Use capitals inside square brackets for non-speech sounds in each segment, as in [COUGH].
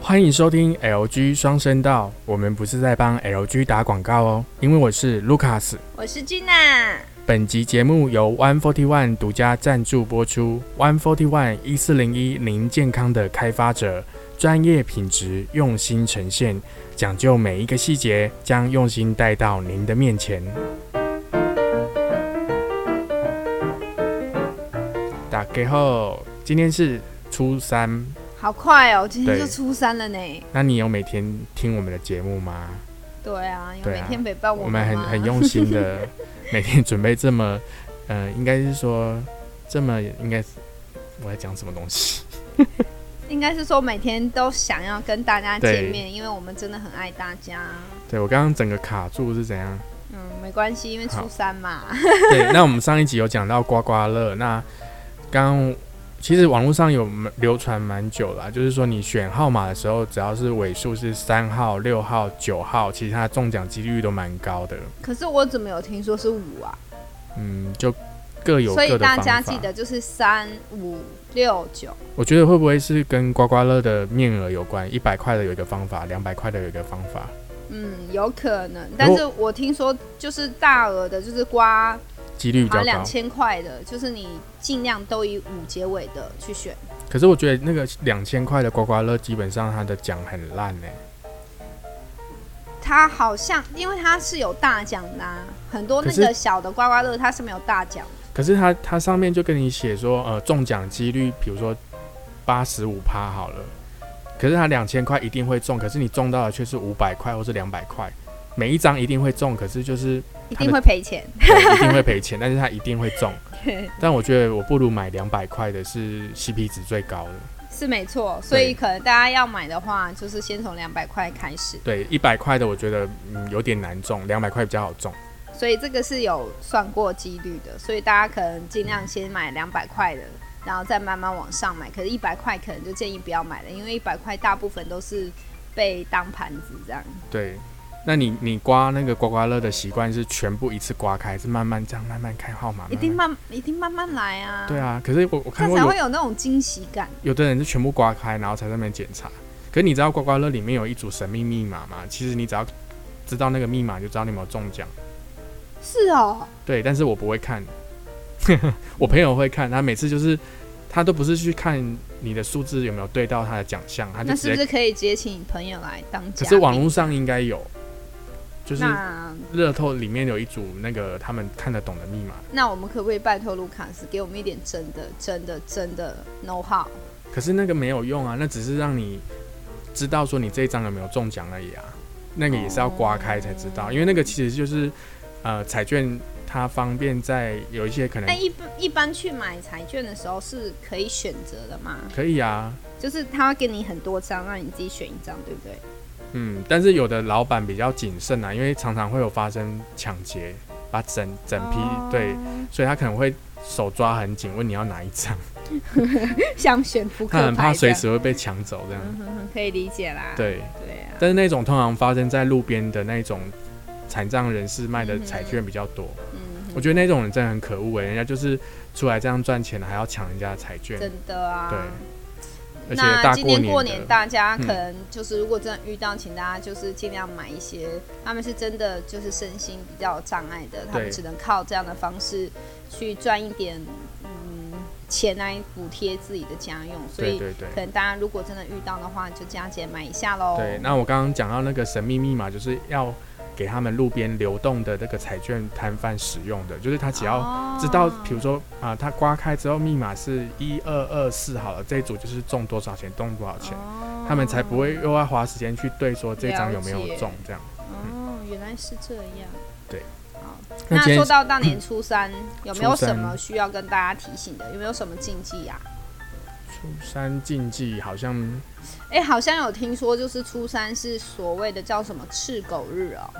欢迎收听 LG 双声道，我们不是在帮 LG 打广告哦，因为我是 Lucas。我是君娜，本集节目由 One Forty One 独家赞助播出。One Forty One 一四零一零健康的开发者，专业品质，用心呈现，讲究每一个细节，将用心带到您的面前。打给后，今天是初三，好快哦，今天对就初三了呢。那你有每天听我们的节目吗？对啊，有对每啊天陪伴我们们很吗很用心 [LAUGHS] 的，每天准备这么，呃，应该是说这么应该是我在讲什么东 [LAUGHS] 西？应该是说每天都想要跟大家对见面，因为我们真的很爱大家。对我刚刚整个卡住是怎 [LAUGHS] 样？嗯，没关系，因为初三 [LAUGHS] 嘛。对，那我们上一集有讲到刮刮乐，那刚刚其实网络上有流传蛮久了啊，就是说你选号码的时候，只要是尾数是三号、六号、九号，其实它中奖几率都蛮高的。可是我怎么有听说是五啊？嗯，就各有所各以的大方法。家记得就是三五六九。我觉得会不会是跟刮刮乐的面额有关？一百块的有一个方法，两百块的有一个方法。嗯，有可能，但是我听说就是大额的，就是刮几率比好较像两高。千块的，就是你尽量都以五结尾的去选。可是我觉得那个两千块的刮刮乐，基本上它的奖很烂欸呢、它好像，因为它是有大奖的、啊，很多那可个是小的刮刮乐它是没有大奖，可是它它上面就跟你写说，呃，中奖几率，比如说八十五趴好了。可是它两千块一定会中，可是你中到的却是五百块或是两百块，每一张一定会中，可是就是呃一定会赔钱。 [LAUGHS] 对一定会赔钱，但是它一定会中。但我觉得我不如买两百块的，是 CP 值最高的。是没错，所以可能大家要买的话，就是先从两百块开始。对，一百块的我觉得嗯有点难中，两百块比较好中。所以这个是有算过几率的，所以大家可能尽量先买两百块的，然后再慢慢往上买。可是，一百块可能就建议不要买了，因为一百块大部分都是被当盘子这样。对，那你你刮那个刮刮乐的习惯是全部一次刮开，还是慢慢这样慢慢看号码？一定慢慢，一定慢慢来慢啊。嗯对，啊，可是我我这看样过才有会有那种惊喜感。有的人是全部刮开，然后才在那边检查。可是你知道刮刮乐里面有一组神秘密码吗？其实你只要知道那个密码，就知道你有没有中奖。是哦，对，但是我不会看， [LAUGHS] 我朋友会看，他每次就是他都不是去看你的数字有没有对到他的奖项，他就那直是不接。是可以直接请你朋友来当可嘉宾？是网络上应该有，就是那乐透里面有一组那个他们看得懂的密码。那我们可不可以拜托卢卡斯给我们一点真的、真的、真的 know how？可是那个没有用啊，那只是让你知道说你这一张有没有中奖而已啊。那个也是要刮开才知道，因为那个其实就是呃彩券，它方便在有一些可能那一般一般去买彩券的时候是可以选择的吗？可以啊，就是他会给你很多张，让你自己选一张，对不对？嗯，但是有的老板比较谨慎啊，因为常常会有发生抢劫，把整整批、哦对， [LAUGHS] 所以他可能会手抓很紧，问你要哪一张，像选扑克他牌，很怕随。时会被抢走这样。嗯哼哼，可以理解啦。对，对啊，但是那种通常发生在路边的那种残障人士卖的彩券比较多。嗯我哼，觉得那种人真的很可恶诶、欸人家就是出来这样赚钱的，还要抢人家的彩券。真的啊。对，而且那大今年年过的年，大家嗯可能就是如果真的遇到，请大家就是尽量买一些他们是真的就是身心比较有障碍的，他们对只能靠这样的方式去赚一点嗯钱来补贴自己的家用，所对以对对可能大家如果真的遇到的话，就加减买一下哦喽。对。那我刚刚讲到那个神秘密码，就是要给他们路边流动的那个彩券摊贩使用的，就是他只要哦知道，比如说啊、他刮开之后密码是一二二四好了，这一组就是中多少钱，中多少钱，哦他们才不会又要花时间去对说这张有没了有解中这样。哦，原来是这样。嗯对，好。那那今天说到大年初三，有没有初什三么需要跟大家提醒的？有没有什么禁忌啊？初三竞技好像哎、好像有听说，就是初三是所谓的叫什么赤狗日哦，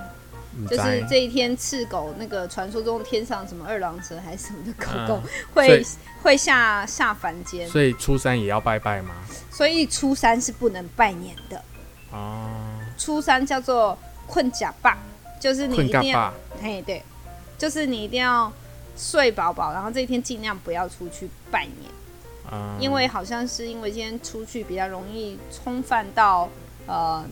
嗯就是在这一天赤狗那个传说中天上什么二郎神还是什么的狗狗、嗯所会以会下下凡间，所以初三也要拜拜吗？所以初三是不能拜年的。哦，初三叫做困假霸，就是你困一嘎定要爸，嘿对，就是你一定要睡饱饱，然后这一天尽量不要出去拜年。啊、因为好像是因为今天出去比较容易冲犯到呃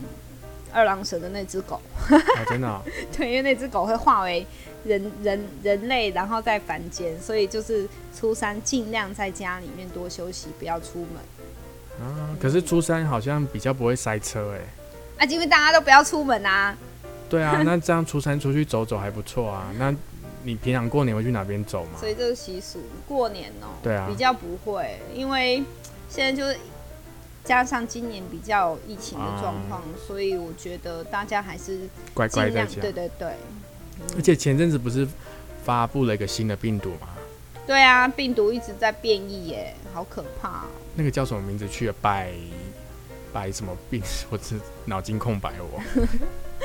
二郎神的那只狗，啊真的 [LAUGHS] 哦、对，因为那只狗会化为人人人类，然后再凡间，所以就是初三尽量在家里面多休息，不要出门。啊，可是初三好像比较不会塞车哎、啊，因为大家都不要出门啊，对 [LAUGHS] 啊，那这样初三出去走走还不错啊。那你平常过年会去哪边走吗？所以这个习俗过年哦、对啊比较不会，因为现在就是加上今年比较有疫情的状况，所以我觉得大家还是啊乖乖尽在量家。对对对而且前阵子不是发布了一个新的病毒吗？对啊，病毒一直在变异耶，好可怕、哦。那个叫什么名字去了？百百什么病？ [LAUGHS] 我是脑筋空白 [LAUGHS] 了我。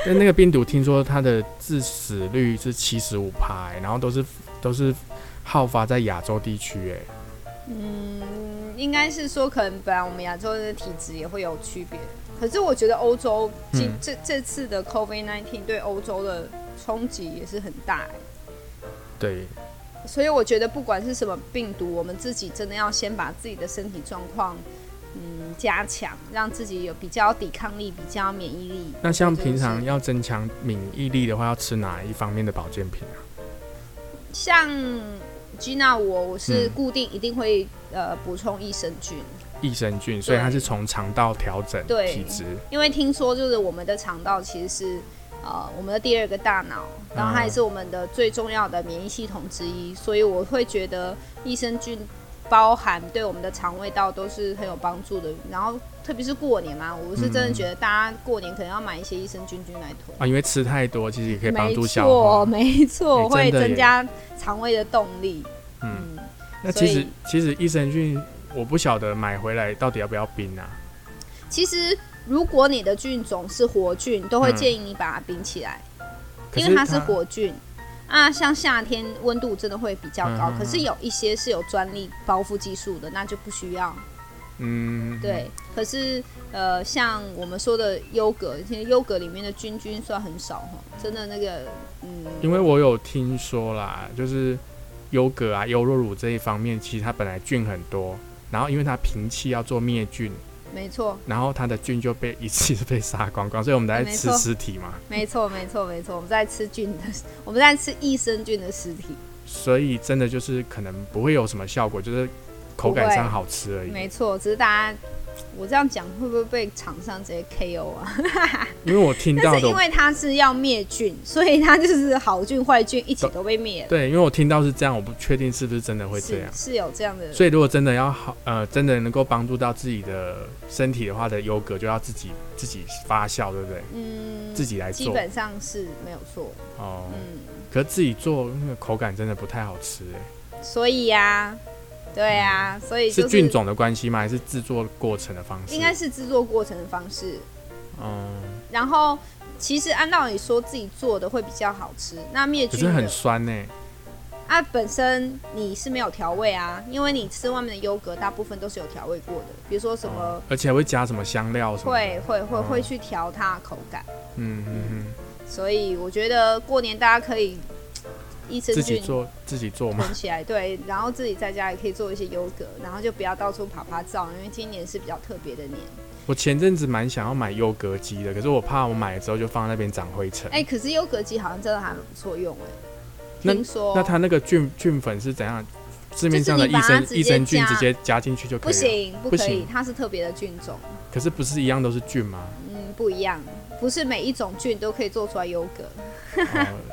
但那个病毒听说它的致死率是七十五趴，欸然后都是都是好发在亚洲地区，哎，嗯，应该是说可能本来我们亚洲人的体质也会有区别，可是我觉得欧洲今、嗯这这次的 COVID 1 9对欧洲的冲击也是很大耶。对，所以我觉得不管是什么病毒，我们自己真的要先把自己的身体状况，嗯，加强，让自己有比较抵抗力、比较免疫力。那像我觉得平是常要增强免疫力的话，要吃哪一方面的保健品啊？像 Gina 我，我是嗯固定一定会、呃补充益生菌，益生菌，所以它对是从肠道调整对体质，因为听说就是我们的肠道其实是呃我们的第二个大脑，然后它也是我们的最重要的免疫系统之一，所以我会觉得益生菌包含对我们的肠胃道都是很有帮助的。然后特别是过年嘛，我是真的觉得大家过年可能要买一些益生菌菌来囤。啊，因为吃太多其实也可以帮没助消错，嗯化。没错，哎会真的耶增加肠胃的动力。嗯嗯，那所其以实其实益生菌，我不晓得买回来到底要不要冰啊？其实如果你的菌种是活菌，都会嗯建议你把它冰起来。可因为它是是活菌啊，像夏天温度真的会比较高，嗯嗯嗯可是有一些是有专利包覆技术的，那就不需要。嗯，对，可是呃，像我们说的优格，其实优格里面的菌菌算很少哈，真的那个嗯，因为我有听说啦，就是优格啊、优酪乳这一方面，其实它本来菌很多，然后因为它平气要做灭菌，没错，然后它的菌就被一次就被杀光光，所以我们在没吃错尸体嘛。没错，没错，没错，我们在吃菌的， [LAUGHS] 我们在吃益生菌的尸体，所以真的就是可能不会有什么效果，就是口感上好吃而已。没错，只是大家。我这样讲会不会被厂商直接 KO 啊？因为我听 [LAUGHS] 但到是因的，为它是要灭菌，所以它就是好菌坏菌一起都被灭了。对，因为我听到是这样，我不确定是不是真的会这是样。是有这样的，所以如果真的要好，呃，真的能够帮助到自己的身体的话的优格，就要自己自己发酵，对不对？嗯，自己来基做本上是没有错，哦。嗯，可是自己做那个口感真的不太好吃欸，所以呀、对呀、所以就是菌种的关系吗？还是制作过程的方式？应该是制作过程的方式，嗯，然后其实按道理说自己做的会比较好吃，那灭可菌是很的酸欸呢、啊本身你是没有调味啊，因为你吃外面的优格大部分都是有调味过的，比如说什么哦而且还会加什么香料什么的？会会会哦会去调它的口感，嗯嗯嗯，所以我觉得过年大家可以益生自己菌做自己做嘛。囤起来，对，然后自己在家也可以做一些优格，然后就不要到处爬爬照，因为今年是比较特别的年。我前阵子蛮想要买优格机的，可是我怕我买了之后就放在那边长灰尘。哎、可是优格机好像真的还不错用哎、那听说那它那个菌菌粉是怎样？市面上的就是益你把它生直接益生菌加直接加进去就可不以了。行，不不可以行，它是特别的菌种，可是不是一样都是菌吗？嗯，不一样，不是每一种菌都可以做出来优格。哦 [LAUGHS]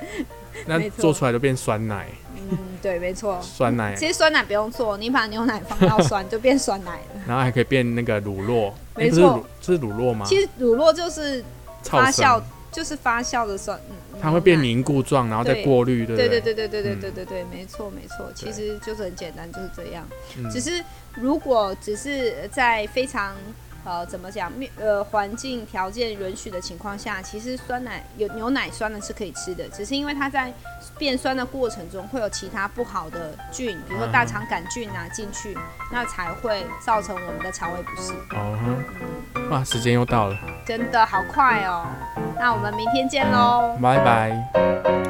那没错做出来就变酸奶， [LAUGHS] 嗯，对，没错。酸奶，啊其实酸奶不用做，你把牛奶放 [LAUGHS] 到酸就变酸奶了。然后还可以变那个乳酪，没诶不是错乳，这是乳酪吗？其实乳酪就是超发生酵，就是发酵的酸，嗯，它会变牛奶凝固状，然后再对过滤，对不对对对对对对对对嗯对对，没错没错，其对实就是很简单，就是这样。嗯只是如果只是在非常呃怎么讲面呃环境条件允许的情况下，其实酸奶有牛奶酸的是可以吃的，只是因为它在变酸的过程中会有其他不好的菌，比如说嗯大肠杆菌啊进去，那才会造成我们的肠胃不适。哦哼，哇，时间又到了，真的好快哦，那我们明天见喽。拜拜。